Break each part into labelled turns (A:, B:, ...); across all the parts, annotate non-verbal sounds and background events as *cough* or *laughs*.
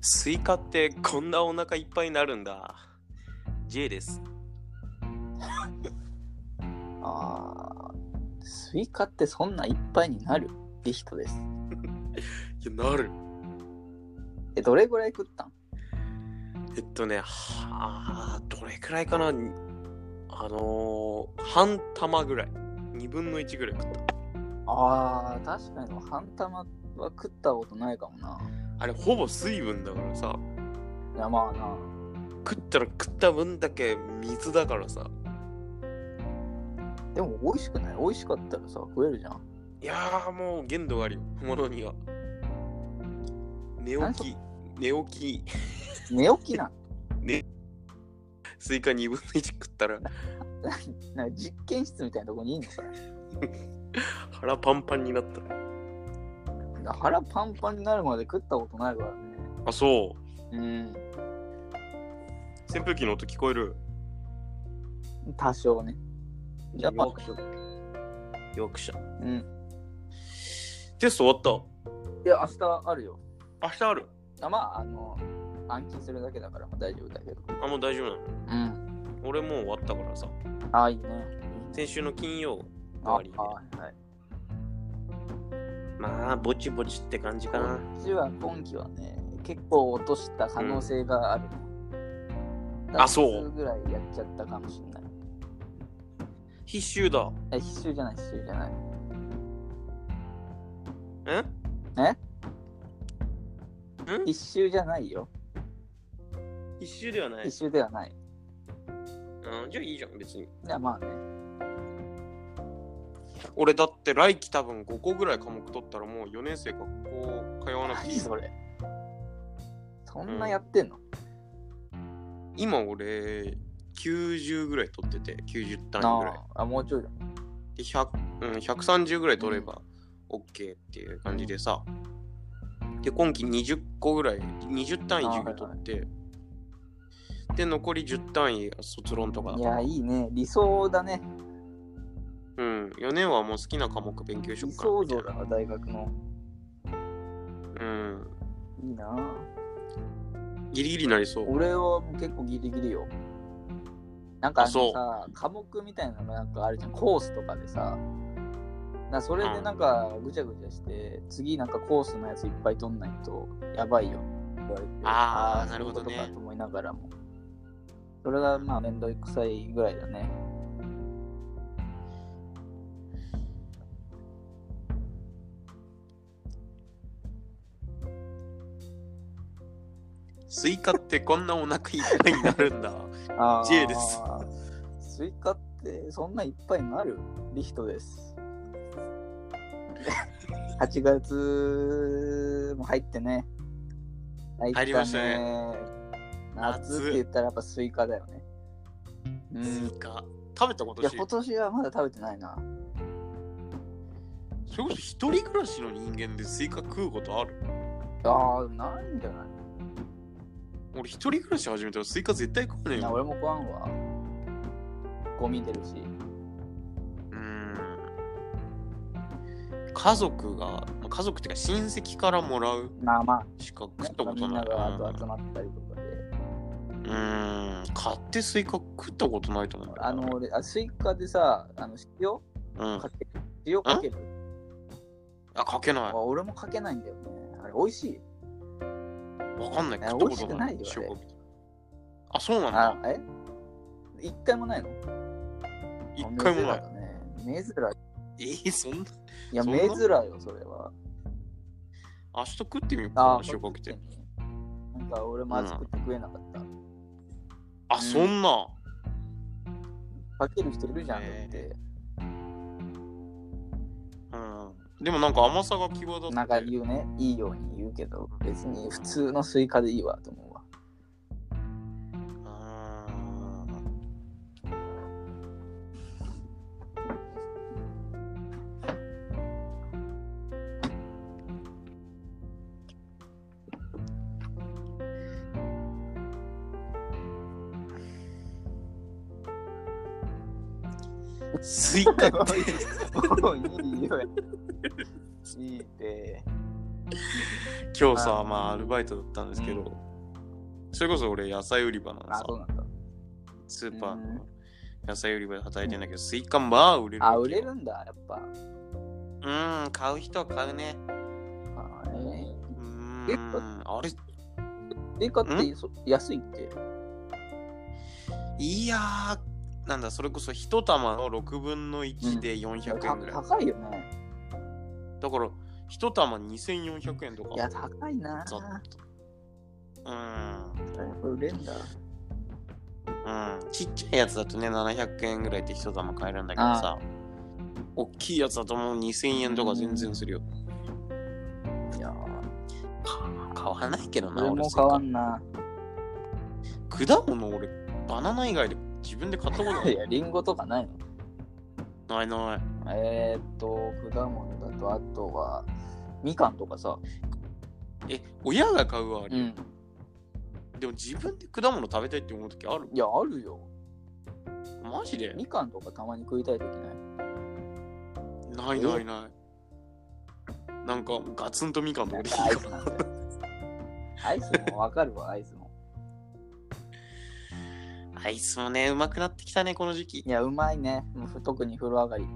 A: スイカってこんなお腹いっぱいになるんだ。J です。
B: あースイカってそんないっぱいになるって人です。
A: いや、なる。
B: え、どれぐらい食ったん
A: えっとね、はあ、どれくらいかなにあのー、半玉ぐらい。2分の1ぐらい食った。
B: あー、確かに半玉は食ったことないかもな。
A: あれ、ほぼ水分だからさ、
B: いや、まあな。
A: 食ったら食った分だけ水だからさ。
B: でも美味しくない美味しかったらさ、食えるじゃん。
A: いやー、もう限度があるよ、ものには。寝起き、寝起き、
B: 寝起きなん *laughs*
A: スイカ2分の1食ったら
B: なんか実験室みたいなとこにいんのそれ。
A: 腹パンパンになった。
B: 腹パンパンになるまで食ったことないからね。
A: あ、そう。
B: うん。
A: 扇風機の音聞こえる
B: 多少ね。やっぱ
A: よ、くしよくしゃ。
B: うん。
A: テスト終わっ
B: いや、明日あるよ。
A: た。明日ある。
B: あまあ、あの、暗記するだけだから大丈夫だけど。
A: あ、もう大丈夫なの
B: うん。
A: 俺もう終わったからさ。
B: ああ、いいね。
A: 先週の金曜
B: あ、は
A: 終
B: い
A: わ
B: はい。
A: りで。まあ、ぼちぼちって感じかな。
B: こっちは今期はね、結構落とした可能性があるね。
A: んあそう
B: 多数ぐらいやっちゃったかもしれない。
A: 必修だ。
B: え、必修じゃない、必修じゃない。
A: え
B: 必修じゃないよ。
A: 必修ではない。
B: 必修ではない。
A: うん、じゃあいいじゃん、別に。
B: いや、まあね。
A: 俺だって来期多分5個ぐらい科目取ったらもう4年生学校通わなくてい
B: 何
A: い。
B: それ。そんなやってんの、
A: 今俺90ぐらい取ってて、90単位ぐらい
B: あ。あ、もうちょいだ。
A: で100、うん、130ぐらい取れば OK っていう感じでさ。で、今期20個ぐらい、20単位授業取って、で、残り10単位卒論とかだ
B: い
A: から
B: や、いいね。理想だね。
A: うん、4年はもう好きな科目勉強しよ
B: 理
A: っかな
B: 想
A: みたい
B: 像
A: な
B: だな、大学の。
A: うん。
B: いいなぁ。
A: ギリギリになりそう。
B: 俺はもう結構ギリギリよ。なんかあの
A: そう
B: さ、科目みたいなのなんかあるじゃん、コースとかでさ。なそれでなんかぐちゃぐちゃして、次なんかコースのやついっぱい取んないとやばいよって言われて。
A: あー
B: ー
A: なるほどね
B: そういうことかと思いながらも。それがまあめんどくさいぐらいだね。
A: スイカってこんなお腹いっぱいになるんだ。
B: あー
A: J です。
B: スイカってそんないっぱいになるリヒトです。8月も入ってね。入
A: 入りました
B: 夏って言ったらやっぱスイカだよね。うん。
A: ス
B: い
A: イカ。食べたこと
B: や、
A: し
B: 今年はまだ食べてないな。
A: それこそ一人暮らしの人間でスイカ食うことある
B: ああ、ないんじゃない
A: 俺一人暮らし始めたらスイカ絶対食うね
B: い
A: え
B: や、
A: よ。
B: 俺も食わんわ。ゴミ出るし。
A: うん。家族が、まあ家族っていうか親戚からもらう
B: まあまあ、
A: しか食ったこ
B: み
A: と
B: ん
A: な。
B: ないがあと集まったりとかで。
A: うん。買ってスイカ食ったことないと思うんだ
B: あ
A: よ
B: の
A: な。
B: 俺あ、スイカでさ、あの塩
A: うん
B: か。ける塩かける
A: あ、かけない
B: あ。俺もかけないんだよね。あれ、美味しい。
A: わかんない。
B: あ
A: 食ったことない。
B: 美味しくな
A: 塩
B: いよ
A: かけあ、そうなん
B: あ
A: だ。、
B: え一回もないの
A: 一回もない。
B: メズラだね。
A: えー、そんな。
B: メズラ。いや、
A: そんな
B: メズラよ、それは。
A: 明日食ってみよう
B: あ
A: かな、、塩かけて。。
B: なんか俺も熱くて食えなかった。
A: あ、そんな。
B: かける人いるじゃん、だっ
A: ね
B: て。
A: うん。でもなんか甘さが際立
B: なんか
A: って。
B: 言うね、いいように言うけど、別に普通のスイカでいいわと思
A: *laughs*
B: うわ。 *laughs*
A: あースイカって
B: もういいよ。いいって。
A: 今日さ、まあ、アルバイトだったんですけど、それこそ俺、野菜売り場の
B: あ
A: さ、
B: そうなんだ
A: スーパー
B: うん
A: の野菜売り場で働いてんだけど、スイカまあ売れるわけ
B: あ
A: よ。
B: 売れるんだやっぱ
A: うん、買う人は買うね。
B: あー
A: う
B: え
A: ん、あれ、
B: えでかってそ安いって
A: いやー、なんだ、それこそ一玉の6分の1で400円ぐらい。
B: 高いよね
A: だから、一玉2400円とか。
B: いや高いな
A: ざっとうん。
B: 売れんだ
A: うん。ちっちゃいやつだとね、700円ぐらいで一玉買えるんだけどさ、大きいやつだともう2000円とか全然するよ。
B: いやー
A: 買わないけどな、
B: 俺
A: 俺
B: も買わん *laughs* な
A: スイカ果物俺、バナナ以外で自分で買ったことないい。
B: やリンゴとかないの
A: ないない。
B: えー、っと果物だとあとはみかんとかさ
A: え、親が買うわ、あれ
B: ん
A: でも自分で果物食べたいって思う時ある
B: いやあるよ
A: マジで
B: みかんとかたまに食いたい時な
A: な
B: い
A: いないない。なんかガツンとみかんと
B: な
A: か
B: ん
A: でいい
B: かアイ
A: か
B: スなんだよ。アイスもわかるわ、アイスも。
A: ら。アイスもね、うまくなってきたね、この時期
B: い。や、うまいね。もう特に風呂上がり。
A: ん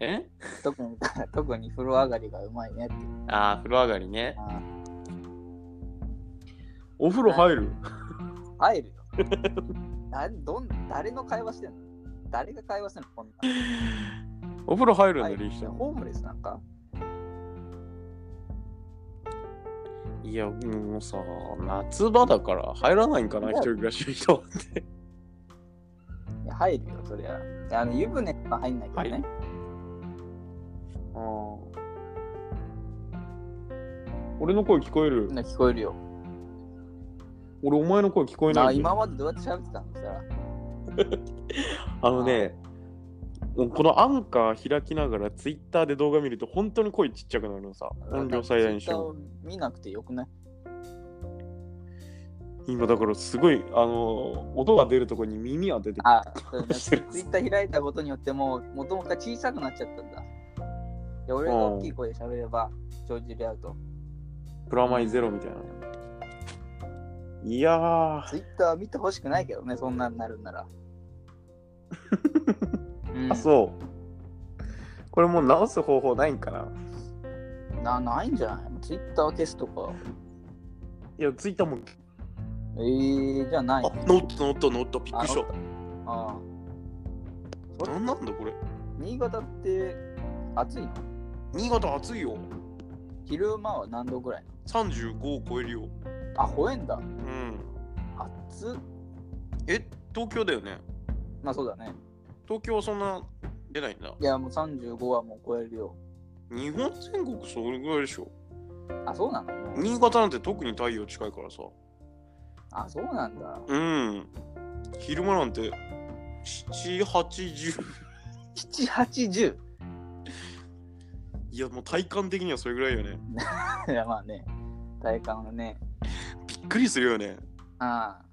A: え
B: 特に *laughs* 特に風呂上がりがうまいねって。
A: ああ、風呂上がりね。
B: あ
A: お風呂入る
B: ー会え *laughs* るよ。だどん誰の会話してんの誰が会話してんのこんな。
A: お風呂入るん
B: 会
A: だ、
B: える
A: リヒさん。
B: ホームレスなんか
A: いや、もうさ、夏場だから入らないんかな、
B: い
A: 一
B: や
A: 人暮らしの人は。
B: いや入るよ、そりゃ。いやあの湯船は入んないけどね。
A: 入俺の声聞こえる。
B: 聞こえるよ。
A: 俺、お前の声聞こえ
B: あ
A: な
B: ー
A: い。
B: 今までどうやって喋ってたのそしたら。
A: あのね、このアンカー開きながら、ツイッターで動画見ると、本当に声ちっちゃくなるのさ。音量最大にしよう。
B: Twitter を見なくてよくない
A: 今、だからすごい、あの、音が出るところに耳当てて
B: あ、そう
A: *laughs*
B: ね
A: してる。
B: ツイッター開いたことによってもう元々が小さくなっちゃったんだ。で俺が大きい声で喋れば生じるアウト。
A: プラマイゼロみたいな。いやー。
B: ツイッターは見てほしくないけどね、そんなんなるん
A: *laughs*
B: なら。うん
A: あ、そう。これもう直す方法ないんかな
B: なないんじゃないツイッターは消すとか。
A: いや、ツイッターも。
B: えー、じゃあな
A: あ
B: い。、
A: ノットノットノット、びっくりし
B: あ
A: た。なんなんだこれ。
B: 新潟って暑いの
A: 新潟暑いよ。
B: 昼間は何度ぐらいなの
A: 35を超えるよ。
B: あ、ほえんだ
A: う。ん。
B: 暑っ
A: え、東京だよね。
B: まあそうだね。
A: 東京はそんな出ないんだ
B: い。や、もう35はもう超えるよ。
A: 日本全国それぐらいでしょ。
B: あ、そうなのもう
A: 新潟なんて特に太陽近いからさ。
B: あ、そうなんだ。
A: うん。昼間なんて7、8、10。
B: 7、8、10。
A: いや、もう体感的にはそれぐらいよね。
B: *laughs* いやまあね、体感はね。
A: びっくりするよね。
B: ああ、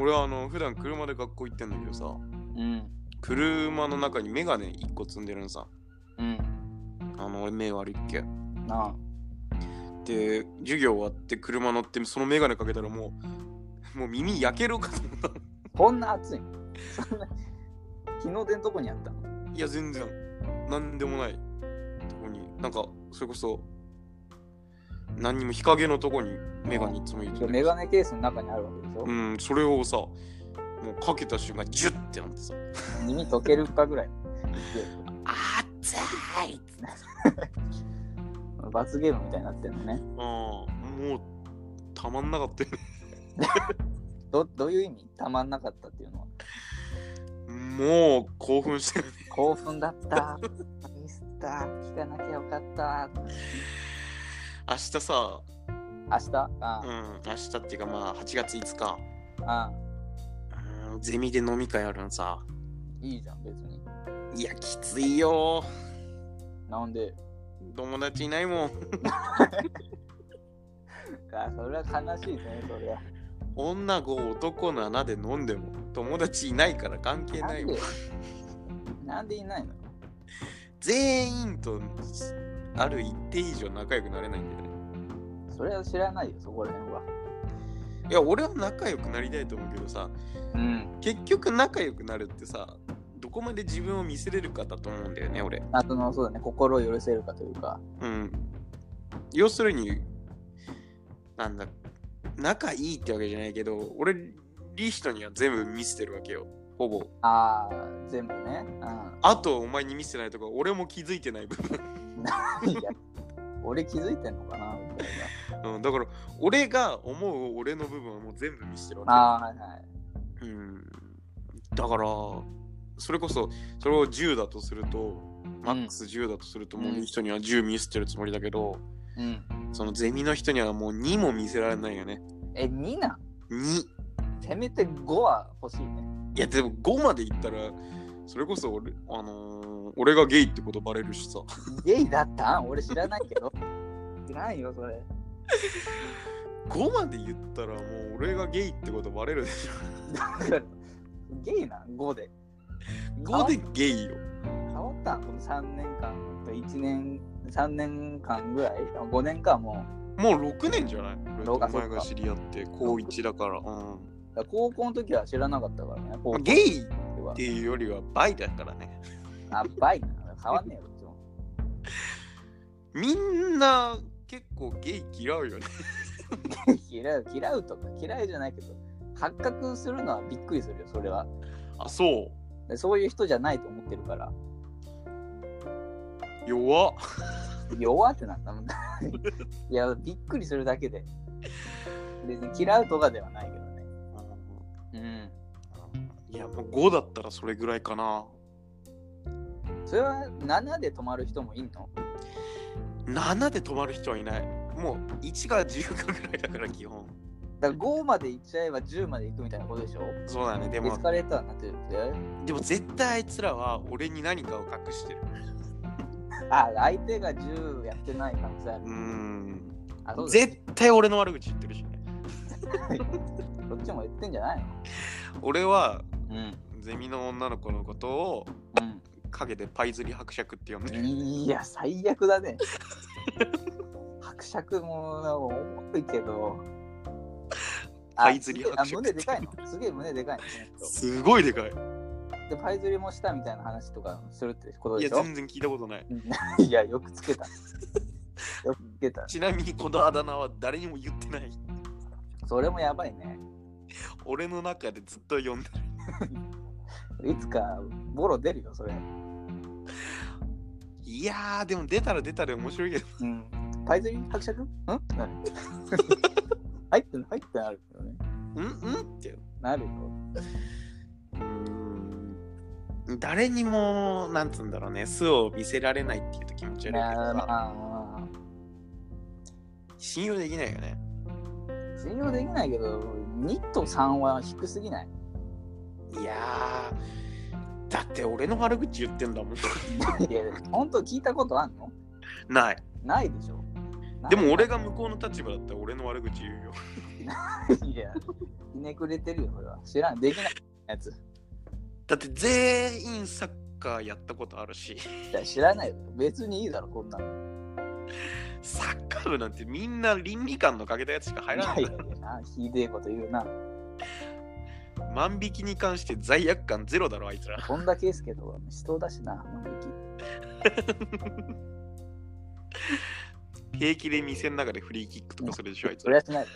A: 俺はあの、普段車で学校行ってんだけどさ。
B: うん、
A: 車の中にメガネ1個積んでるのさ。
B: うん、
A: あの、俺目悪いっけ。
B: なあ。
A: で、授業終わって車乗って、そのメガネかけたらもう、もう耳焼けるかと思った。
B: こんな暑いの *laughs* そんな、日の出のとこにあったの
A: いや、全然、なんでもない。とこに、なんか、それこそ、何にも日陰のとこにメガネいつもい
B: で
A: る。
B: メガネケースの中にあるわけでしょ、
A: うん、それをさ、もうかけた瞬間、ジュッてなってさ、
B: 耳溶けるかぐらいの。
A: あっつーいって
B: 罰ゲームみたいになってるのね。
A: うん、もう、たまんなかったよね。 *laughs*
B: どどういう意味たまんなかったっていうのは。
A: もう、興奮してる *laughs* ね。
B: 興奮だった。ミスター、聞かなきゃよかった。
A: 明日さ、
B: 明日あ
A: う
B: あ、
A: ん、明日っていうかまあ8月5日、
B: ああ、
A: うん、ゼミで飲み会あるのさ。
B: いいじゃん、別に。
A: いや、きついよ。
B: なんで
A: 友達いないもん。
B: あそれは悲しいね、それは。
A: 女5、男7で飲んでも友達いないから関係ないもん。
B: なんでなんでいないの
A: 全員とある一定以上仲良くなれないんだよね。
B: それは知らないよ、そこら辺は。
A: いや、俺は仲良くなりたいと思うけどさ、
B: うん。
A: 結局仲良くなるってさ、どこまで自分を見せれるかだと思うんだよね、俺。
B: あその、そうだね、心を許せるかというか。
A: うん。要するに、なんだ、仲いいってわけじゃないけど、俺、リヒトには全部見せてるわけよ、ほぼ。
B: ああ、全部ね。う
A: あと、お前に見せてないとか、俺も気づいてない部分。
B: ん。いや、俺気づいてんのかなみたい
A: うん、だから、俺が思う俺の部分はもう全部見せてるわけ
B: な。。ああ、はいはい。
A: うんだからそれこそそれを10だとするとマックス10だとすると
B: うん
A: もういい人には10見せてるつもりだけど、
B: うん。
A: そのゼミの人にはもう2も見せられないよね
B: え、2なん
A: 2
B: せめて5は欲しいね。
A: いやでも5までいったらそれこそ俺,、あのー俺がゲイってことバレるしさ
B: ゲイだったん俺知らないけど。知らんよ、それ。
A: 5まで言ったらもう俺がゲイってことバレるでし
B: ゲイなん ?5 で。
A: ょ5でゲイよ
B: 変わったんこの3年間と1年、3年間ぐらい ?5 年間もう。
A: もう6年じゃない俺とお
B: あそっか
A: 前が知り合って高1だから、うん
B: だから高校の時は知らなかったからね。高
A: ま
B: 校
A: あ、
B: の
A: ゲ
B: 時
A: イっ
B: は
A: て。いうよりはバイだからね
B: あ、バイな。変わんねえよ、どっちも
A: みんな結構ゲイ嫌うよね。
B: 嫌う嫌うとか嫌いじゃないけど発覚するのはびっくりするよそれは
A: あ、そう。
B: でそういう人じゃないと思ってるから
A: 弱っ。
B: 弱ってなったもん *laughs* いやびっくりするだけで別に嫌うとかではないけどねうん
A: いや、もう5だったらそれぐらいかな。
B: それは7で止まる人もいんの
A: 7で止まる人はいない。もう1が10かぐらいだから基本。
B: だから5まで行っちゃえば10まで行くみたいなことでしょ
A: そうだね。で
B: エ
A: も
B: ス、カレーターになってるって
A: でも絶対あいつらは俺に何かを隠してる。
B: あ相手が10やってない可能性ある
A: うーん。
B: あそうだ
A: 絶対俺の悪口言ってるしね。
B: どっちも言ってんじゃないの
A: 俺は
B: うん
A: ゼミの女の子のことを
B: うん
A: 陰でパイズリ伯爵って呼んでる。
B: いや、最悪だね。伯爵もなんか重いけど。
A: *laughs*
B: あ
A: パイ釣り
B: すげえあ
A: 伯爵
B: 胸でかいの。すげえ胸でかいのこの
A: すごいでかい。
B: 人。で、パイ釣りもしたみたいな話とかするってこと
A: い
B: で
A: や、
B: しょ
A: 全然聞いたことない。
B: *laughs* いやよくつけた。よくつけた。
A: ちなみにこのあだ名は誰にも言ってない。
B: それもやばいね。
A: 俺の中でずっと呼んでる。
B: いつかボロ出るよ、それ。
A: いやー、でも出たら出たで面白いけど。
B: うん。パイ釣り伯爵んってなる。 *laughs* はいって、はいってなるけどね。
A: うんうんって。
B: なるよ。
A: うーん。誰にも、なんつうんだろうね、素を見せられないっていうと気持ち悪いけど
B: まあま
A: さ、
B: あまあ。
A: 信用できないよね。
B: 信用できないけど、2と3は低すぎない。 *laughs*
A: いやー、だって俺の悪口言ってんだもん。
B: いや、本当聞いたことあんの
A: ない。
B: ないでしょ。な
A: *laughs*
B: い
A: でも俺が向こうの立場だったら俺の悪口言うよ。
B: い *laughs* や、ひねくれてるよ、俺は。知らん、できないやつ。
A: だって全員サッカーやったことあるし、
B: いや、知らないよ。別にいいだろ、こんなの。
A: サッカー部なんてみんな倫理観の欠けたやつしか入らない
B: いやいやいや、ひでえこと言うな。
A: 万引きに関して罪悪感ゼロだろあいつら
B: 本田圭佑とかもしそうだしな、万引き。
A: 平気で店の中でフリーキックとかするでしょあいつ
B: それ
A: ら
B: はしないよ。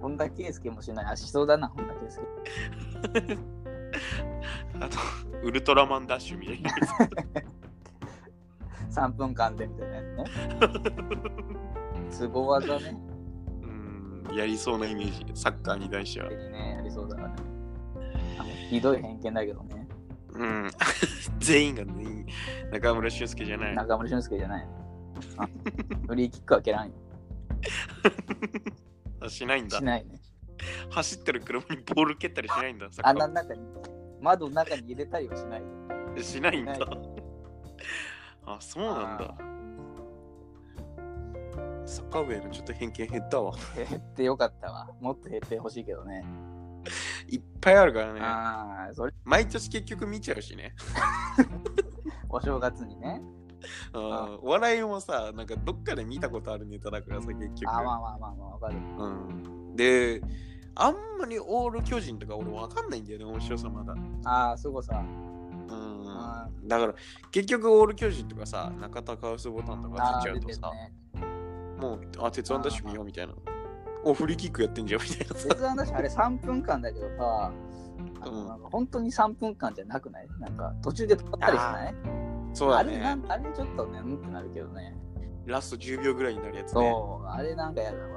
B: 本田圭佑もしない。あ、しそうだな、本田圭佑。
A: あとウルトラマンダッシュみたいなや
B: 3分間でみたいなや
A: *laughs*
B: つね。すご技ね。
A: つうんやりそうなイメージサッカーに対しては
B: 的にね、やりそうだからね。あのひどい偏見だけどね。
A: うん *laughs* 全員が全員中村俊輔じゃない
B: 中森俊介じゃないの。あフリーキックは蹴らんよ。
A: あしないんだ
B: しないね。
A: 走ってる車にボール蹴ったりしないんだサッカ
B: 穴の中に、窓の中に入れたりはしないよ。
A: ーしないんだ
B: しな
A: *laughs* あそうなんだ
B: あ
A: サッカー部へのちょっと偏見減ったわ
B: ー減ってよかったわ。もっと減ってほしいけどね。
A: いっぱいあるからね
B: ああ、それ、
A: 毎年結局見ちゃうしね
B: お正月にね。
A: あーお笑いもさ、なんかどっかで見たことあるネタだからさ、結局。
B: あ、まあまあまあまあ、わかる。
A: うん、で、あんまりオール巨人とか俺わかんないんだよね、面白さまだ。
B: ああ、すごさ。
A: う
B: あ
A: ん、だから結局オール巨人とかさ、中田カウスボタンとか
B: あ
A: ついち
B: ー
A: ゃう
B: 出
A: と
B: てる
A: さ、
B: ね。
A: もう、あ、鉄腕ダッシュ見ようみたいな。 *laughs* お、フリーキックやってんじゃんみたいな
B: *laughs*
A: さ
B: 別。の話、あれ3分間だけどさ、あ
A: うん
B: のなんか本当に3分間じゃなくないなんか途中で止まったりしない
A: そう
B: あ
A: だ
B: れな
A: ね
B: ん。あれちょっとね、うんってなるけどね。
A: ラスト10秒ぐらいになるやつね。
B: そう、あれなんかやだわ。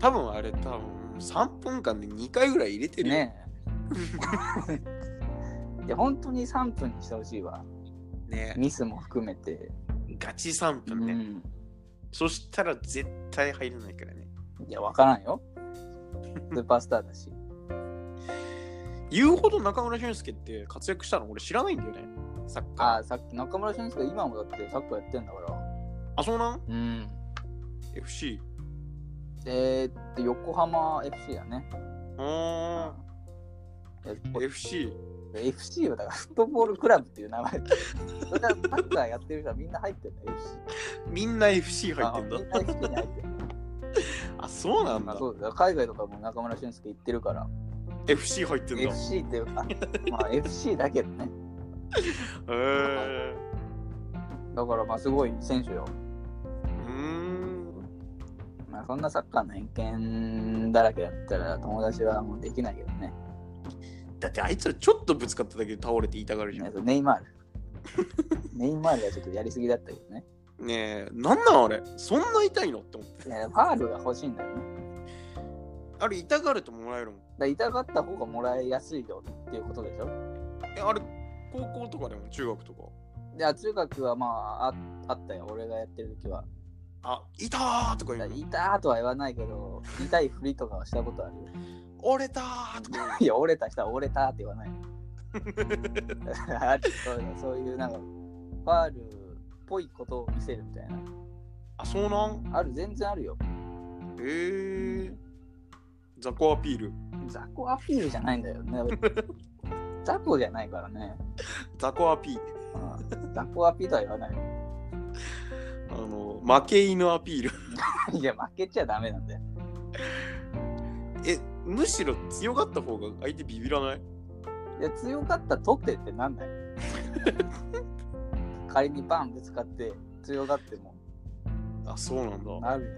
A: 多分あれ、多分3分間で2回ぐらい入れてるよ。 *laughs*
B: ねえ。いや、本当に3分にしてほしいわ。
A: ね
B: ミスも含めて。
A: ガチ3
B: う
A: 分ね。
B: ん。
A: そしたら絶対入らないからね。
B: いや、わからんよ。スーパースターだし。
A: 言うほど中村俊輔って活躍したの俺知らないんだよね。サッカー。
B: あ
A: あ
B: あ、さっき中村俊輔、今もだってサッカーやってんだから。
A: そうなん
B: うん。
A: ?FC。
B: えーっと、横浜 FC だね。
A: あ
B: え
A: ー FC。
B: FC はだからフットボールクラブっていう名前。それからサッカーやってる人はみんな入ってんだ、FC。
A: みんな FC 入ってんだ
B: あみ。んな FC に入ってる。
A: あ、そうなん
B: あ
A: だ。
B: そうだよ、海外とかも中村俊輔行ってるから。
A: FC 入ってんだ。へ
B: FC って、あまあ FC だけどね。
A: え。
B: だからまあすごい選手よ。
A: うーん。
B: まあそんなサッカーの偏見だらけだったら友達はもうできないけどね。
A: だってあいつらちょっとぶつかっただけで倒れて痛がるじゃん。
B: ネイマール。ネイマールはちょっとやりすぎだったけどね。
A: ねえ、なんなんあれそんな痛いのって思って。
B: いやファールが欲しいんだよね。
A: あれ痛がるともらえるもん。
B: だから痛がった方がもらいやすいよっていうことでしょ。
A: え、あれ、高校とかでも中学とか。
B: いや中学はまあああったよ、俺がやってる時は。
A: あ、痛ーとか言う
B: だから
A: の。
B: 痛ーとは言わないけど、痛いふりとかはしたことあるよ。 *laughs*
A: 折れたーとか言うの。
B: いや、折れた人は折れたって言わない。あそういうそういうなんか、ファールっぽいことを見せるみたいな。
A: あ、そうなん
B: ある、全然あるよ。
A: へえ。雑魚アピール。
B: 雑魚アピールじゃないんだよね。雑魚じゃないからね。
A: 雑魚アピール。
B: うん雑魚アピールとは言わない。 *laughs*
A: あの、負け犬アピール。
B: いや、負けちゃダメなんだよ。
A: え、むしろ強かった方が相手ビビらない
B: いや、強かったとってっ
A: *laughs*
B: てなんだよ。仮にバンぶつかって強がっても
A: あ、そうなんだ。
B: なるよ。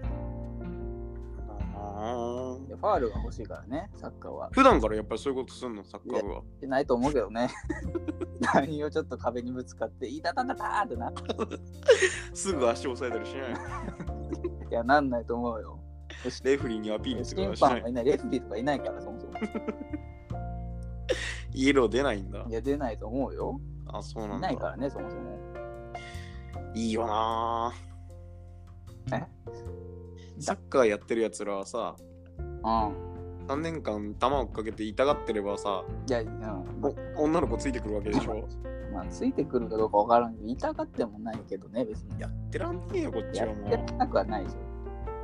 A: あ
B: いやファールが欲しいからね、サッカーは。
A: 普段からやっぱりそういうことすんの、サッカー部は。
B: ってないと思うけど
A: *laughs*
B: ね。何をちょっと壁にぶつかって、いたたたたーってな。
A: すぐ足押さえたりしない。
B: いや、なんないと思うよ。
A: レフェリーにアピールと
B: スキ
A: か
B: ン
A: はし
B: パ
A: な
B: ンはい
A: い。
B: ない、レフリーとかいないから、そ
A: *laughs*
B: もそも。
A: イエロー出ないんだ
B: い。や、出ないと思うよ。
A: あ、そうないんだ。
B: ないからね、そもそも。
A: いいよなぁ
B: え
A: サッカーやってるやつらはさ、
B: うん。
A: 3年間球を追っかけて痛がってればさ、
B: いや、うん。
A: お女の子ついてくるわけでしょ。
B: まあ、ついてくるかどうかわからんけど、痛がってもないけどね、別に。
A: やってらんねえよ、こっち
B: や
A: は
B: って
A: も
B: なくはないでしょ。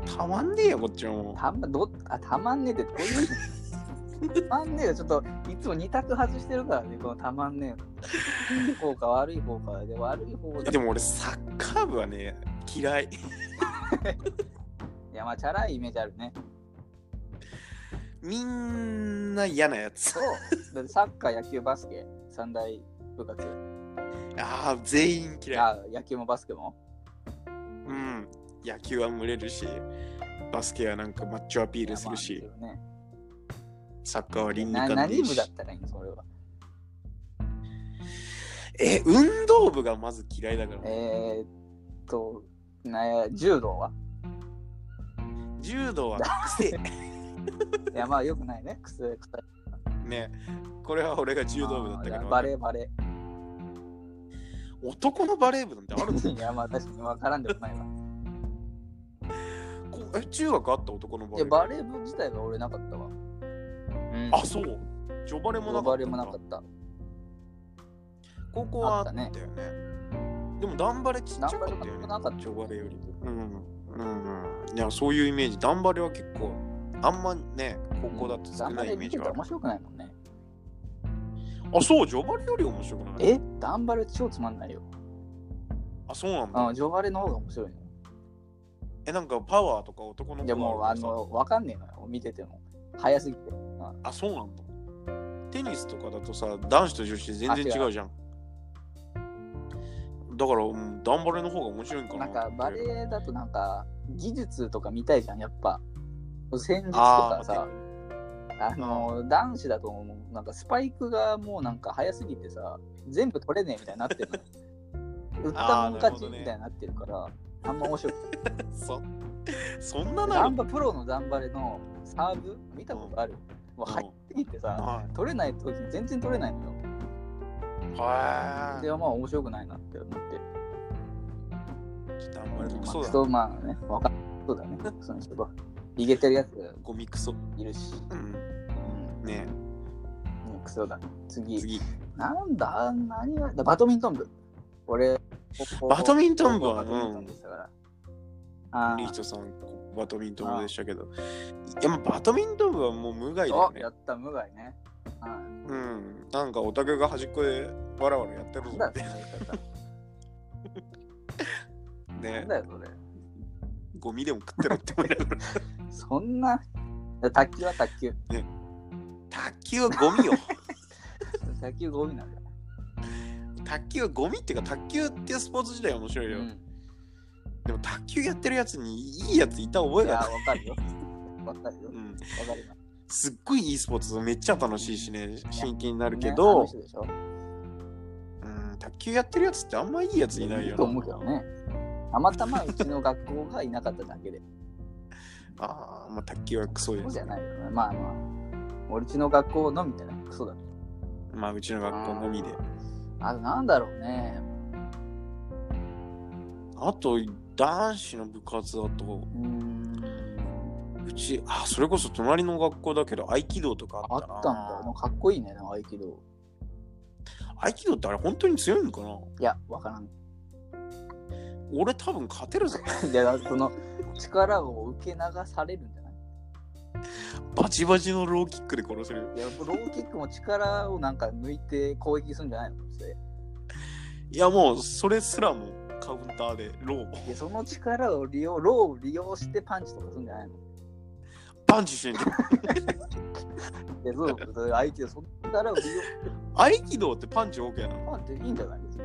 A: う。たまんねえよ、こっちはもう。
B: たまどあたまんねえってどういう
A: *laughs*
B: 意味たまんねえがちょっといつも2択外してるからね、このたまんねえの。いい方か悪い方かで悪い方で。
A: でも俺、サッカー部はね、嫌い。
B: いや、まあ、チャラいイメージあるね。
A: みんな嫌なやつ。 *laughs*
B: そう。だってサッカー、野球、バスケ、三大部活。
A: ああ、全員嫌い。
B: あ野球もバスケも。
A: うん。野球は群れるし、バスケはなんかマッチョアピールする
B: い
A: し
B: や、まあ
A: サッカーは
B: ですよ
A: 倫理
B: ね、な
A: 観でい
B: 何
A: い
B: 部
A: し
B: だったらいいのそれは。
A: え、運動部がまず嫌いだから。
B: えー、っと、な柔道は
A: 柔道は癖。
B: いや、まあよくないね。くすくさ
A: *laughs* ねこれは俺が柔道部だったから
B: バレーバレ
A: 男のバレー部なんてあるの
B: ー。いや、まあ確かに分からんでもないわ。
A: こえ中学あった男の
B: い
A: バレー
B: や、
A: 部
B: バレー部自体は俺なかったわ。うん
A: あそうジョバレもなかった
B: バレーもなかった。
A: 高校はあったよね
B: あっ
A: でもダンバレちっちゃかったよ
B: ダンバレ
A: ね
B: なかった
A: ジョバレよりうんうんうんいやそういうイメージダンバレは結構あんまね高校だと少ないイメージが
B: ダ
A: あ
B: ンバ
A: る
B: レ見てたら面白くないもんね。
A: あそうジョバレより面白くない
B: えダンバレ超つまんないよ。
A: あ、そうなん
B: あ
A: だ。
B: ジョバレの方が面白いの。
A: え、なんかパワーとか男の子
B: でも、あ
A: るからさ
B: の、わかんねえのよ、見てても。早すぎて。
A: あ、そうなんだ。テニスとかだとさ、男子と女子で全然違うじゃん。だから、うん、ダンバレの方が面白いんかな
B: な
A: と思っ
B: ん
A: て。
B: か、バレエだとなんか、技術とか見たいじゃん、やっぱ。戦術と
A: あ
B: か
A: ー
B: さ、あの、男子だと思う。なんか、スパイクがもうなんか早すぎてさ、全部取れねえみたいになってる
A: *laughs*
B: のよ。打ったもん勝ちみたいになってるから、あんま面白くない。
A: そそんなな
B: ダン
A: の
B: バプロのダンバレのサーブ見たことあるもう
A: うん
B: 入ってきてさ、
A: は
B: 取れない時全然取れないのよ。
A: いは
B: ではまあ面白くないなって思って。
A: い。ダンバレのク
B: ま
A: ソだ
B: あ、
A: な。
B: クソまあね、わかんそうだね、その人が。逃げてるやつが
A: ゴミクソ。
B: いるし、
A: うん。
B: うん、
A: ね
B: うんクソだね。
A: え、
B: 次、
A: 次。
B: なんだ、何が、だバドミントン部。俺、
A: バドミントン部
B: 高校
A: は
B: バドミントン部でしたから。あ
A: リートさん、バドミントン部でしたけど。いや、まあバドミントン部はもう無害だよ
B: あ、
A: ね
B: や。った、無害ね。はい
A: うん。なんかオタクが端っこでわらわらやってるぞ
B: なんだ
A: っ
B: よ、そ
A: て
B: れ。な
A: ね
B: ん。だよ、それ。
A: ゴミでも食ってろって思いな
B: *laughs*
A: がら。
B: そんな、卓球は卓球。
A: 卓球はゴミよ。
B: 卓球ゴミなんだよ。
A: 卓球はゴミっていうか、卓球っていうスポーツ自体は面白いよ。
B: うん
A: でも卓球やってるやつにいいやついた覚え
B: い
A: が
B: や、
A: ない。
B: わかるよ。わかるよ。
A: う
B: わ
A: ん。
B: かります
A: っごいいいスポーツ、めっちゃ楽しいしね、真剣にな
B: す。
A: るけ
B: ねあ
A: ど
B: の、人でしょ
A: うん、卓球やってるやつってあんまいいやついないよ
B: いい
A: な
B: と思うけどね。たまたまうちの学校がいなかっただけで。
A: ああ、まあ卓球はクソ
B: そ
A: で
B: うじ
A: す
B: ゃ。ないよね。まあまあ。うちの学校のみたいなクソだね。
A: まあうちの学校のみで。
B: あとなんだろうね。
A: あと、男子の部活だと、
B: うーん。
A: うち、あ、それこそ隣の学校だけど、合気道とかあ
B: あ
A: っ
B: った
A: な。
B: たんだよ。なんかかっこいいね、なんか合気道。
A: 合気道ってあれ本当に強いのかない
B: や、わからん。 *laughs*
A: 俺多分勝てるぜ。
B: いや、その力を受け流されるんじゃない
A: *laughs* バチバチのローキックで殺せるよ。
B: いや、ローキックも力をなんか抜いて攻撃するんじゃないのそれ
A: いやもう、それすらもカウンターでロー。
B: でその力を利用、ローを利用してパンチとかするんじゃないの
A: パンチしてんじゃん。*laughs*
B: で、そう、そう相手をその力を利用して
A: 合気道ってパンチ OK なの
B: パンチいいんじゃないですか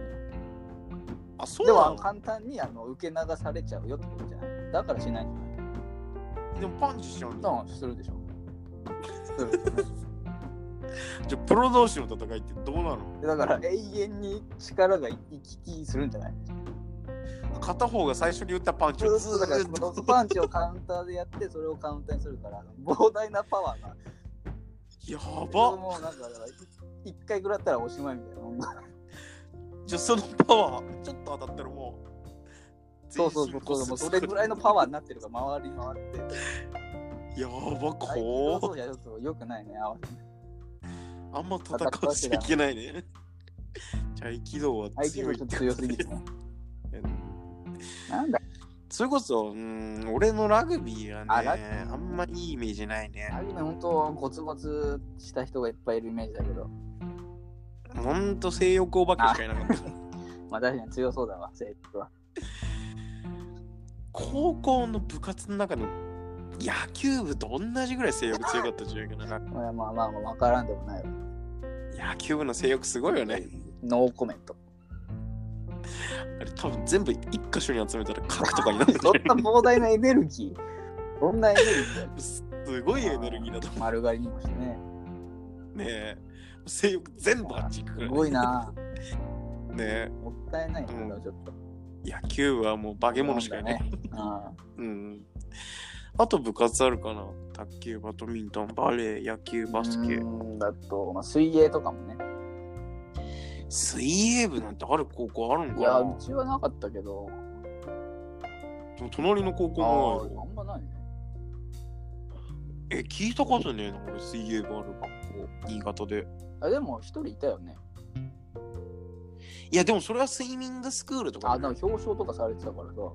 A: あ、そう
B: で
A: な
B: もあの
A: の
B: 簡単にあの受け流されちゃうよってことじゃないだからしないんじゃない
A: でもパンチしちゃうんだ。
B: だからす
A: *laughs*
B: るでしょ。するでしょ
A: じゃあプロ同士の戦いってどうなの
B: でだから永遠に力が行き来するんじゃない
A: 片方が最初に打ったパンチ
B: そ
A: を
B: う
A: ず
B: そうだから
A: ー
B: そ
A: っ
B: の
A: と
B: パンチをカウンターでやってそれをカウンターにするから膨大なパワーが。
A: やば
B: もうなんかだから一回食らったらおしまいみたいなほ
A: *laughs*
B: んま。
A: じゃあそのパワーちょっと当たったらもう
B: そうそうそうそう。もうそれぐらいのパワーになってるから回り回って。
A: ーやば
B: 相手
A: こ
B: そうじゃちょっと良くないね。合わせ
A: うあんま戦わせちゃいけない
B: *laughs*
A: ねじゃあ合気道は
B: 相手
A: 強
B: も
A: い
B: ちょっと強すぎてね。なんだ
A: それこそうん俺のラグビーは
B: あラグビ
A: ねあんまいいイメージないね
B: アニメ本当ゴツゴツした人がいっぱいいるイメージだけど、
A: ほんと性欲お化けしかいな
B: *laughs*
A: かった
B: まあ確かに強そうだわ、性格は。
A: 高校の部活の中の野球部と同じぐらい性欲強かった時代かな
B: まあまあまあ、わからんでもないわ。
A: 野球部の性欲すごいよね
B: ノーコメント。
A: あれ多分全部一箇所に集めたら核とかになって
B: *laughs* そん
A: る
B: な膨大なエネルギー。そんなエネルギー。
A: すごい *laughs* エネルギーだと思
B: 丸刈りにもしてね。
A: うねえ性欲全部あっち行くか
B: す
A: らね
B: ごいな。
A: ねえ
B: もったいないな、ちょっと。
A: 野球部はもう化け物しかいない、
B: あ
A: うんあと部活あるかな卓球バドミントンバレー野球
B: あ。
A: バスケ
B: うんだと、まあ、水泳とかもね。
A: 水泳部なんてある高校あるんか
B: いや、
A: な
B: うちはなかったけど、
A: でも隣の高校
B: あ
A: もない
B: あんまないね。
A: え聞いたことねえな俺水泳部ある学校新潟で
B: あでも、一人いたよね。
A: いやでもそれはスイミングスクールとか
B: あ、
A: だ
B: なん
A: よ
B: か表彰とかされてたからさ。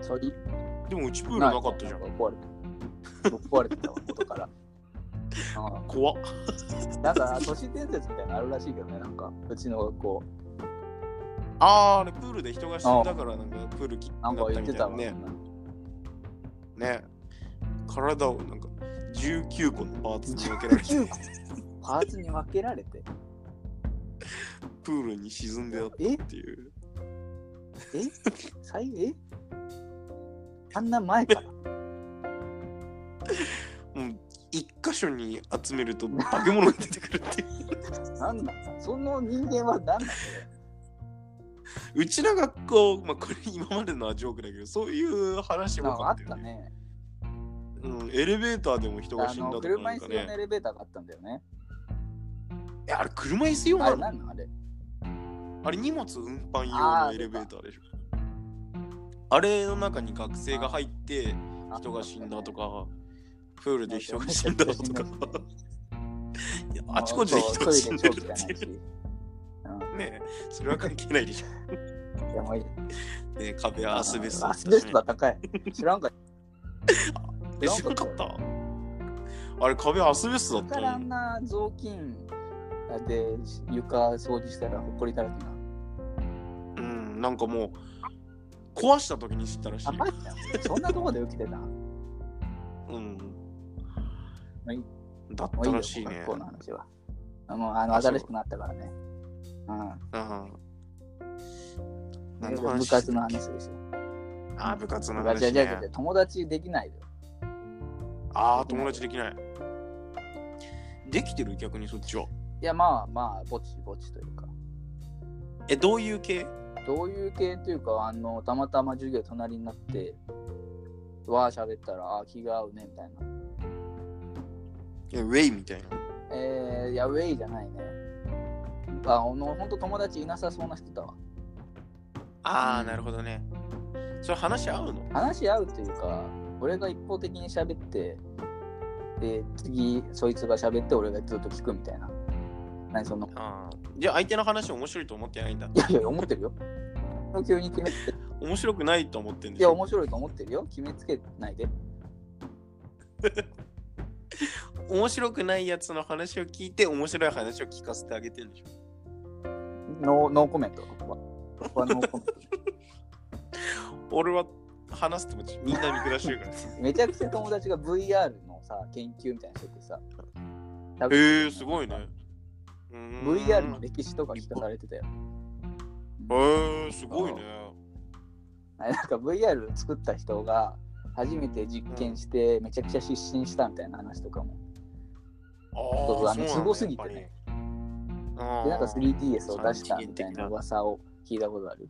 B: それ
A: でもうちプールなかったじゃん
B: なんか壊れて。ぶっ壊れてたわ、元から。あ
A: 怖っ
B: あなんか、都市伝説みたいなのあるらしいけどね、なんか、うちの学校。
A: あー、あれ、プールで人が死んだから、なんか、プール切った
B: なん
A: み
B: か
A: た
B: 言
A: い
B: ってた
A: な
B: わ。
A: ね。ね。体を、なんか、19個のパーツに分けら
B: *laughs*
A: れて、
B: 19個パーツに分けられて。
A: プールに沈んであっ
B: え
A: たっていう。
B: え最えあんな前から
A: もう、一箇所に集めると、化け物が出てくるっていう。 *laughs*
B: なんだその人間は何だ
A: うちの学校、まあ、これ今までのはジョークだけど、そういう話
B: なん
A: も
B: かあ
A: あ
B: っ
A: った
B: た
A: よね。
B: ね。
A: うん、エレベーターでも人が
B: あ
A: 死んだ
B: の
A: とかな
B: 車
A: ん
B: 椅
A: か
B: 子用
A: ね。
B: のエレベーターがあったんだよね。
A: え、あれ車椅子用
B: あれ
A: なの
B: 何なのあれ
A: あれ荷物運搬用
B: あ
A: の
B: ー
A: エレベーターでしょ。あれの中に学生が入って人が死んだと。か、プールで人が死んだとか、いやあちこちで人が死んでる
B: トイレ
A: ってい
B: 長期じゃないし
A: うね。それは関係ないでし
B: いやもういい
A: ょ。ね、壁はアスベスト
B: ア
A: だったし
B: ス
A: ね。
B: ベストが高い。知らんかっ
A: え、知らなかったあれ壁アスベストだ
B: た。
A: った
B: だからあ
A: の
B: んな雑巾で床掃除したらほこりだらけな。
A: うん、なんかもう、壊した時に知ったらしい
B: あ、。マジだ。そんなとこで起きてた。も
A: うん。
B: はいう
A: だっ
B: う
A: た
B: いいよ、
A: らしいね
B: 学。校の話は。もうあの
A: あそう
B: 新しくなったからね。うん。
A: うん。何の話
B: 部活の話ですよ。
A: あー、部活の
B: 部活じ
A: 話、
B: ゃじゃじゃ
A: ね
B: じ。ゃ友達できないよ。
A: ああ、友達できない。できてる逆にそっちは。
B: いや、まあまあ、ぼちぼちというか。
A: え、どういう系
B: どういう系というか、あの、たまたま授業隣になって、わー喋ったら、あー気が合うね、みたいな。
A: いやウェイみたいな。
B: えー、いや、ウェイじゃないね。あの、ほんと友達いなさそうな人だわ。
A: ああ、なるほどね。それ話合うの
B: 話し合うというか、俺が一方的に喋って、で、次、そいつが喋って、俺がずっと聞くみたいな。何その、
A: ああ。じゃあ相手の話面白いと思ってないんだ
B: い。やいや、思ってるよ。急に決めつけ、い
A: 面白くないと思ってんでし
B: や、
A: ょ。
B: 面白いと思ってるよ。決めつけないで。
A: 面白くないやつの話を聞いて、面白い話を聞かせてあげてるんでしょ。
B: ノーノーコメント。ここはノーコメント。
A: 俺は話すともみんな見下してる
B: *laughs*
A: から。
B: めちゃくちゃ友達が VR のさ、研究みたいなのしててさ。
A: へえー、すごいね。うーん
B: VR の歴史とか聞かされてたよ。
A: へえー、すごいね。
B: あれなんか VR 作った人が初めて実験してめちゃくちゃ失神したみたいな話とかも。そう
A: あ
B: あのすごすぎてね。で、なんか 3DS を出したみたいな噂を聞いたことある。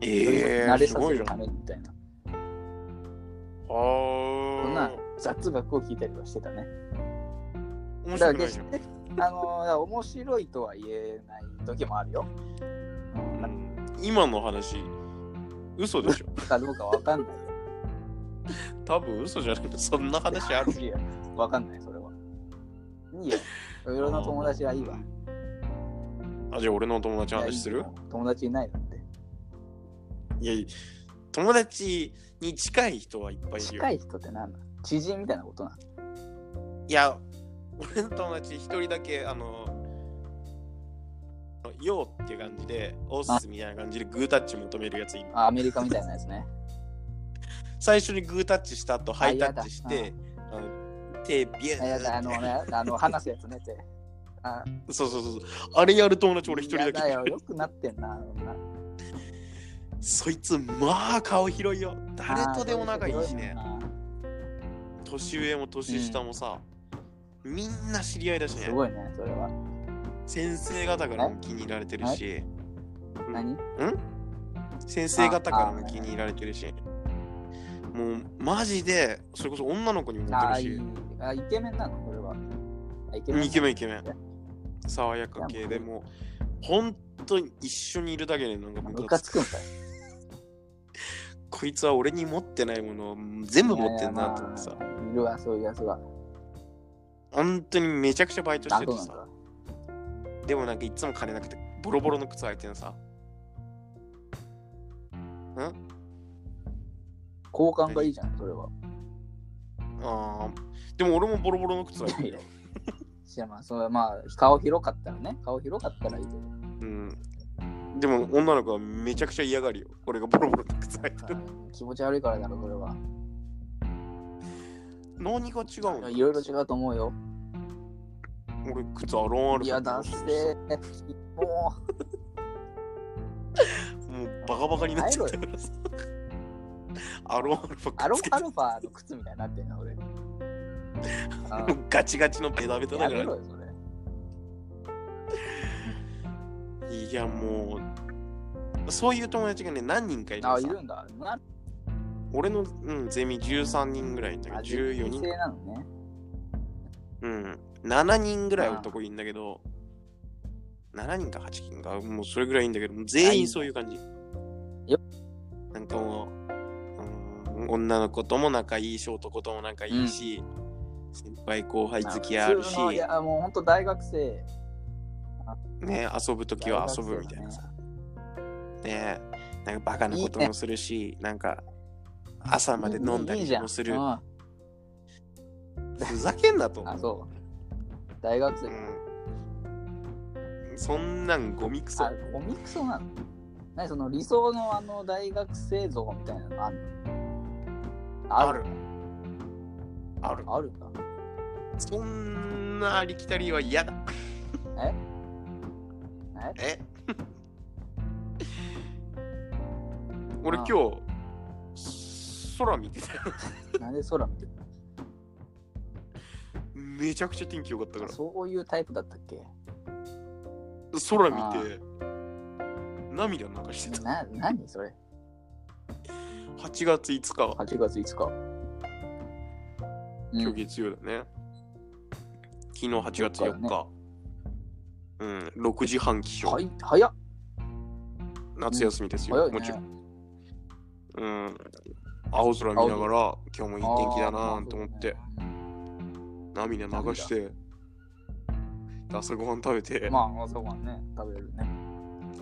A: ええ
B: 慣れ
A: ー、す
B: さ
A: ご
B: せ
A: いじゃ
B: る
A: ん。あ
B: ためにみたいな。そんな
A: あ。
B: 雑学を聞いたりはしてたね。
A: 面白
B: だ
A: く
B: から
A: ない
B: 決
A: じゃん。
B: して、あのー面白いとは言えない時もあるよ。うん、なん
A: うん今の話、嘘でしょ。 *laughs*
B: かどうかわかんないよ。
A: 多分嘘じゃない。そんな話
B: *laughs*
A: ある。
B: いやわかんない、それは。いいよ。いろんな友達はいいわ。
A: あ、じゃあ俺の友達の話す
B: い
A: る
B: やいいよ友達いないだって。
A: いやいや友達に近い人はいっぱいいるよ
B: 近。い人って何なの知人みたいなことなの
A: いや、俺の友達一人だけ、あの、ようっていう感じで、オースみたいな感じでグータッチ求めるやついる。
B: あアメリカみたいなや
A: *laughs*
B: つね。
A: 最初にグータッチした後、ハイタッチし
B: あや
A: て、あの手ビュ
B: あやだ
A: ー
B: あ
A: ン
B: のね、あの話すやつねって。あ
A: そうそうそうそう。あれやる友達俺一人だ
B: やだ
A: け。
B: よ、よくなってんな。女
A: そいつ、まあ顔広いよ。誰とでも仲いいしね。
B: あーそういう人
A: 年上も年下もさ、みんな知り合いだし
B: いるよ
A: ね
B: なす。ごいね、それは。
A: 先生方からも気に入られてるし、
B: 何
A: 先生方からも気に入られてるし、もうマジで、それこそ女の子にもモ
B: あ
A: テ
B: ーい
A: る
B: いあ、イケメンなの、これは。あイケ
A: し、イケメンイケメ
B: なんだ
A: ン、爽やか系でもう、本当に一緒にいるだけでなんか
B: ム
A: ム
B: カ
A: カ
B: つ
A: つ
B: く
A: く
B: んかい。
A: こいつは俺に持ってないものを全部持ってんなと思って
B: い
A: さ
B: や、いやまあいるわ、そういうやつは。
A: 本当にめちゃくちゃバイトし
B: あ、
A: て
B: そう
A: て
B: なん
A: さ、
B: だ。
A: でもなんかいつも金なくて、ボロボロの靴履いてんさ、
B: 好感がいいじゃん、それは。
A: あーでも俺もボロボロの靴履いてるよ。
B: いやまあ、それはまあ、顔広かったらね、顔広かったらいいけど。
A: うん、でも女の子はめちゃくちゃ嫌がるよ。俺がボロボロって靴履いてる。
B: 気持ち悪いからだろ、これは。
A: 何が違うの
B: いろいろ違うと思うよ。
A: 俺靴アロンアル
B: いや、だして、も
A: もうバカバカになっちゃったからさ。アロンアルファ
B: う、アロン
A: つけて
B: アルファの靴みたいになってん
A: *laughs*
B: な、俺。あ
A: もうガチガチのベタベタ
B: ー
A: だ
B: や
A: か
B: め
A: ら
B: ろよ、それ。
A: いやもうそういう友達がね何人かいる
B: あ、
A: の
B: い
A: さ
B: るんだ。な
A: 俺の、うん、ゼミ13人ぐらいいんだけど
B: あ
A: 14人
B: 女性なのね。
A: うん7人ぐらい男いるんだけど7人か8人かもうそれぐらいいんだけどもう全員そういう感じ
B: よ
A: なんかもう、うん、女の子とも仲いいし男とも仲いいし、先輩後輩付き合う
B: 普
A: し
B: 通のいや、もう本当大学生。
A: ね遊ぶ時は遊ぶみたいなさねなんかバカなこともするしなんか朝まで飲んだ
B: いいいい
A: り
B: じゃ
A: もする
B: うんあ、
A: ふざけんなと、
B: そう。大学生。
A: うん、そんなんゴミクソ
B: あ、コミクソなの何その理想のあの大学生像みたいなのあるの
A: あるある
B: あるんだ。
A: そんなありきたりは嫌だ
B: え
A: え *laughs* 俺今日空見てたよ
B: なんで空見て
A: めちゃくちゃ天気良かったか *laughs*
B: る
A: ら
B: そういうタイプだったっけ
A: 空見て涙なんかしてた
B: な何それ
A: 8月5日は
B: ?8 月5日。
A: 今日月曜だね。昨日8月4日。うん、6時半起
B: うん、は
A: 床。
B: い早っ
A: 夏休みですよ、
B: 早いね。
A: もちろん。うん。青空見ながら、今日もいい天気だなーと思って、涙流して、朝ごはん食べて、
B: まあ、朝ごはんね、食べるね。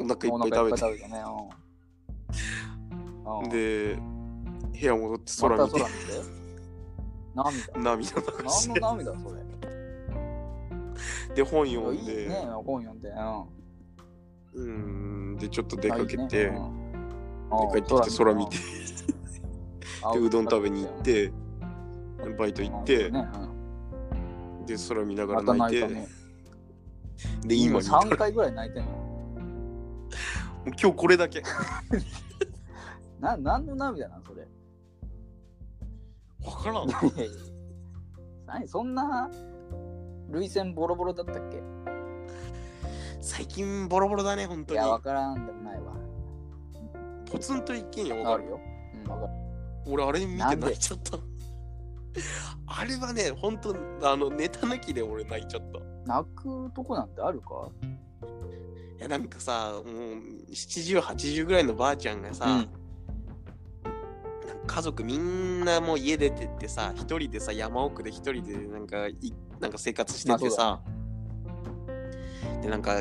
A: お腹い
B: お
A: っ
B: 腹
A: ぱい
B: いっぱ
A: 食
B: い食べてね。うんうん
A: べて、で、部屋戻って
B: ま
A: 空
B: た
A: 見て、
B: 空見て。涙。
A: 涙流し
B: 何
A: て、
B: の涙そ
A: *laughs*
B: れ。
A: で、本
B: いや
A: 読ん
B: いいね
A: で、、
B: 本読んで。う
A: う
B: ん
A: ん、で、ちょっと出かけて、で、帰
B: で
A: ってきて空見て、で、うどん食べに行っ、て、バイト行って、
B: ね
A: で、空見な
B: うん
A: が
B: ま
A: ら
B: た
A: 泣
B: 泣
A: い
B: い
A: て、
B: たね。
A: で、今に至る
B: 3回ぐらい泣いてんの。
A: 今日これだ
B: *laughs*
A: け。
B: な何の涙なんそれ。
A: わからん。
B: いやいや何そんな涙腺ボロボロだったっけ
A: 最近ボロボロだね、本当
B: い
A: に
B: や、。わからんでもないわ。
A: ポツンと一軒家わ
B: わ
A: か
B: か
A: る。
B: るよ。うん、わかる。
A: 俺、あれ見て
B: なんで
A: 泣いちゃった。あれはね、本当あの、ネタ抜きで俺泣いちゃった。い
B: 泣くとこなんてあるか
A: や、なんかさ、もう、70、80ぐらいのばあちゃんがさ、
B: うん
A: なんか家族みんなもう家出てってさ、一人でさ、山奥で一人でなんか、いなんか生活しててさ、で、なんか、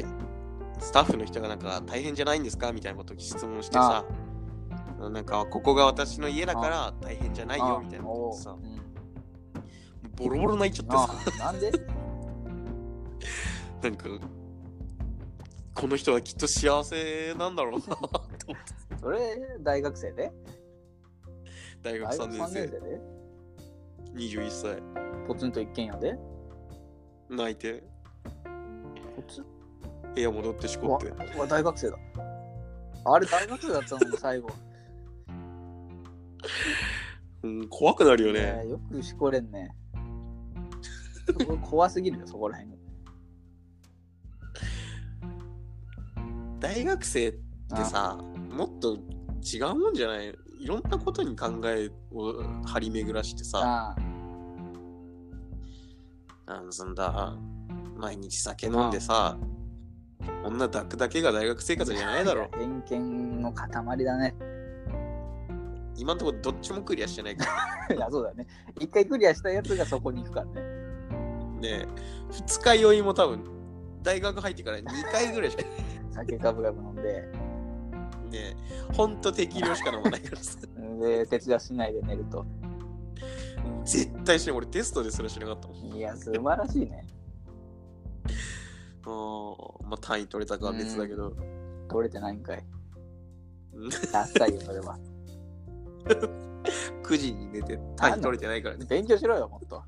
A: スタッフの人がなんか大変じゃないんですかみたいなことを質問してさ、なんか、ここが私の家だから大変じゃないよみたいなこと言って
B: あ
A: さ
B: お、ううん
A: ボロボロ泣いちゃって
B: あ
A: さ、
B: なんで
A: なんか、この人はきっと幸せなんだろうなと思って、
B: それ、大学生で
A: 大学
B: 大学
A: 3年
B: 3年
A: 生、
B: 生で
A: 21歳、
B: ポツンと一軒家で
A: 泣いて、
B: ポツン
A: 部屋戻ってしこ
B: わ
A: って。
B: わ大学生だ。あれ、大学生だったの最後。
A: うん、怖くなるよ
B: いや
A: ね。
B: よくしこれんね。そこ怖すぎるよ、そこらへん。で
A: 大学生ってさ、もっと違うもんじゃないいろんなことに考えを張り巡らしてさ、
B: ああ
A: なんそんだ、毎日酒飲んでさ、女抱くだけが大学生活じゃないだろ。
B: 偏見の塊だね。 *laughs*
A: 今んとこどっちもクリアしてないから
B: いや、そうだね。一回クリアしたやつがそこに行くからね。
A: ね。二日酔いも多分、大学入ってから2回ぐらいしか
B: 酒ガブガブ飲んで、
A: ね。ほんと適量しか飲まないから
B: *laughs*
A: さ。
B: で、徹夜しないで寝ると。
A: 絶対しない。俺テストですらしなかったもん。
B: いや、素晴らしいね。
A: あーまあ単位取れたかは別だけど、
B: う取れてないんかい。ダサいよ、それは。
A: 9時に寝て単位取れてないからね
B: 勉強しろよ、もっと。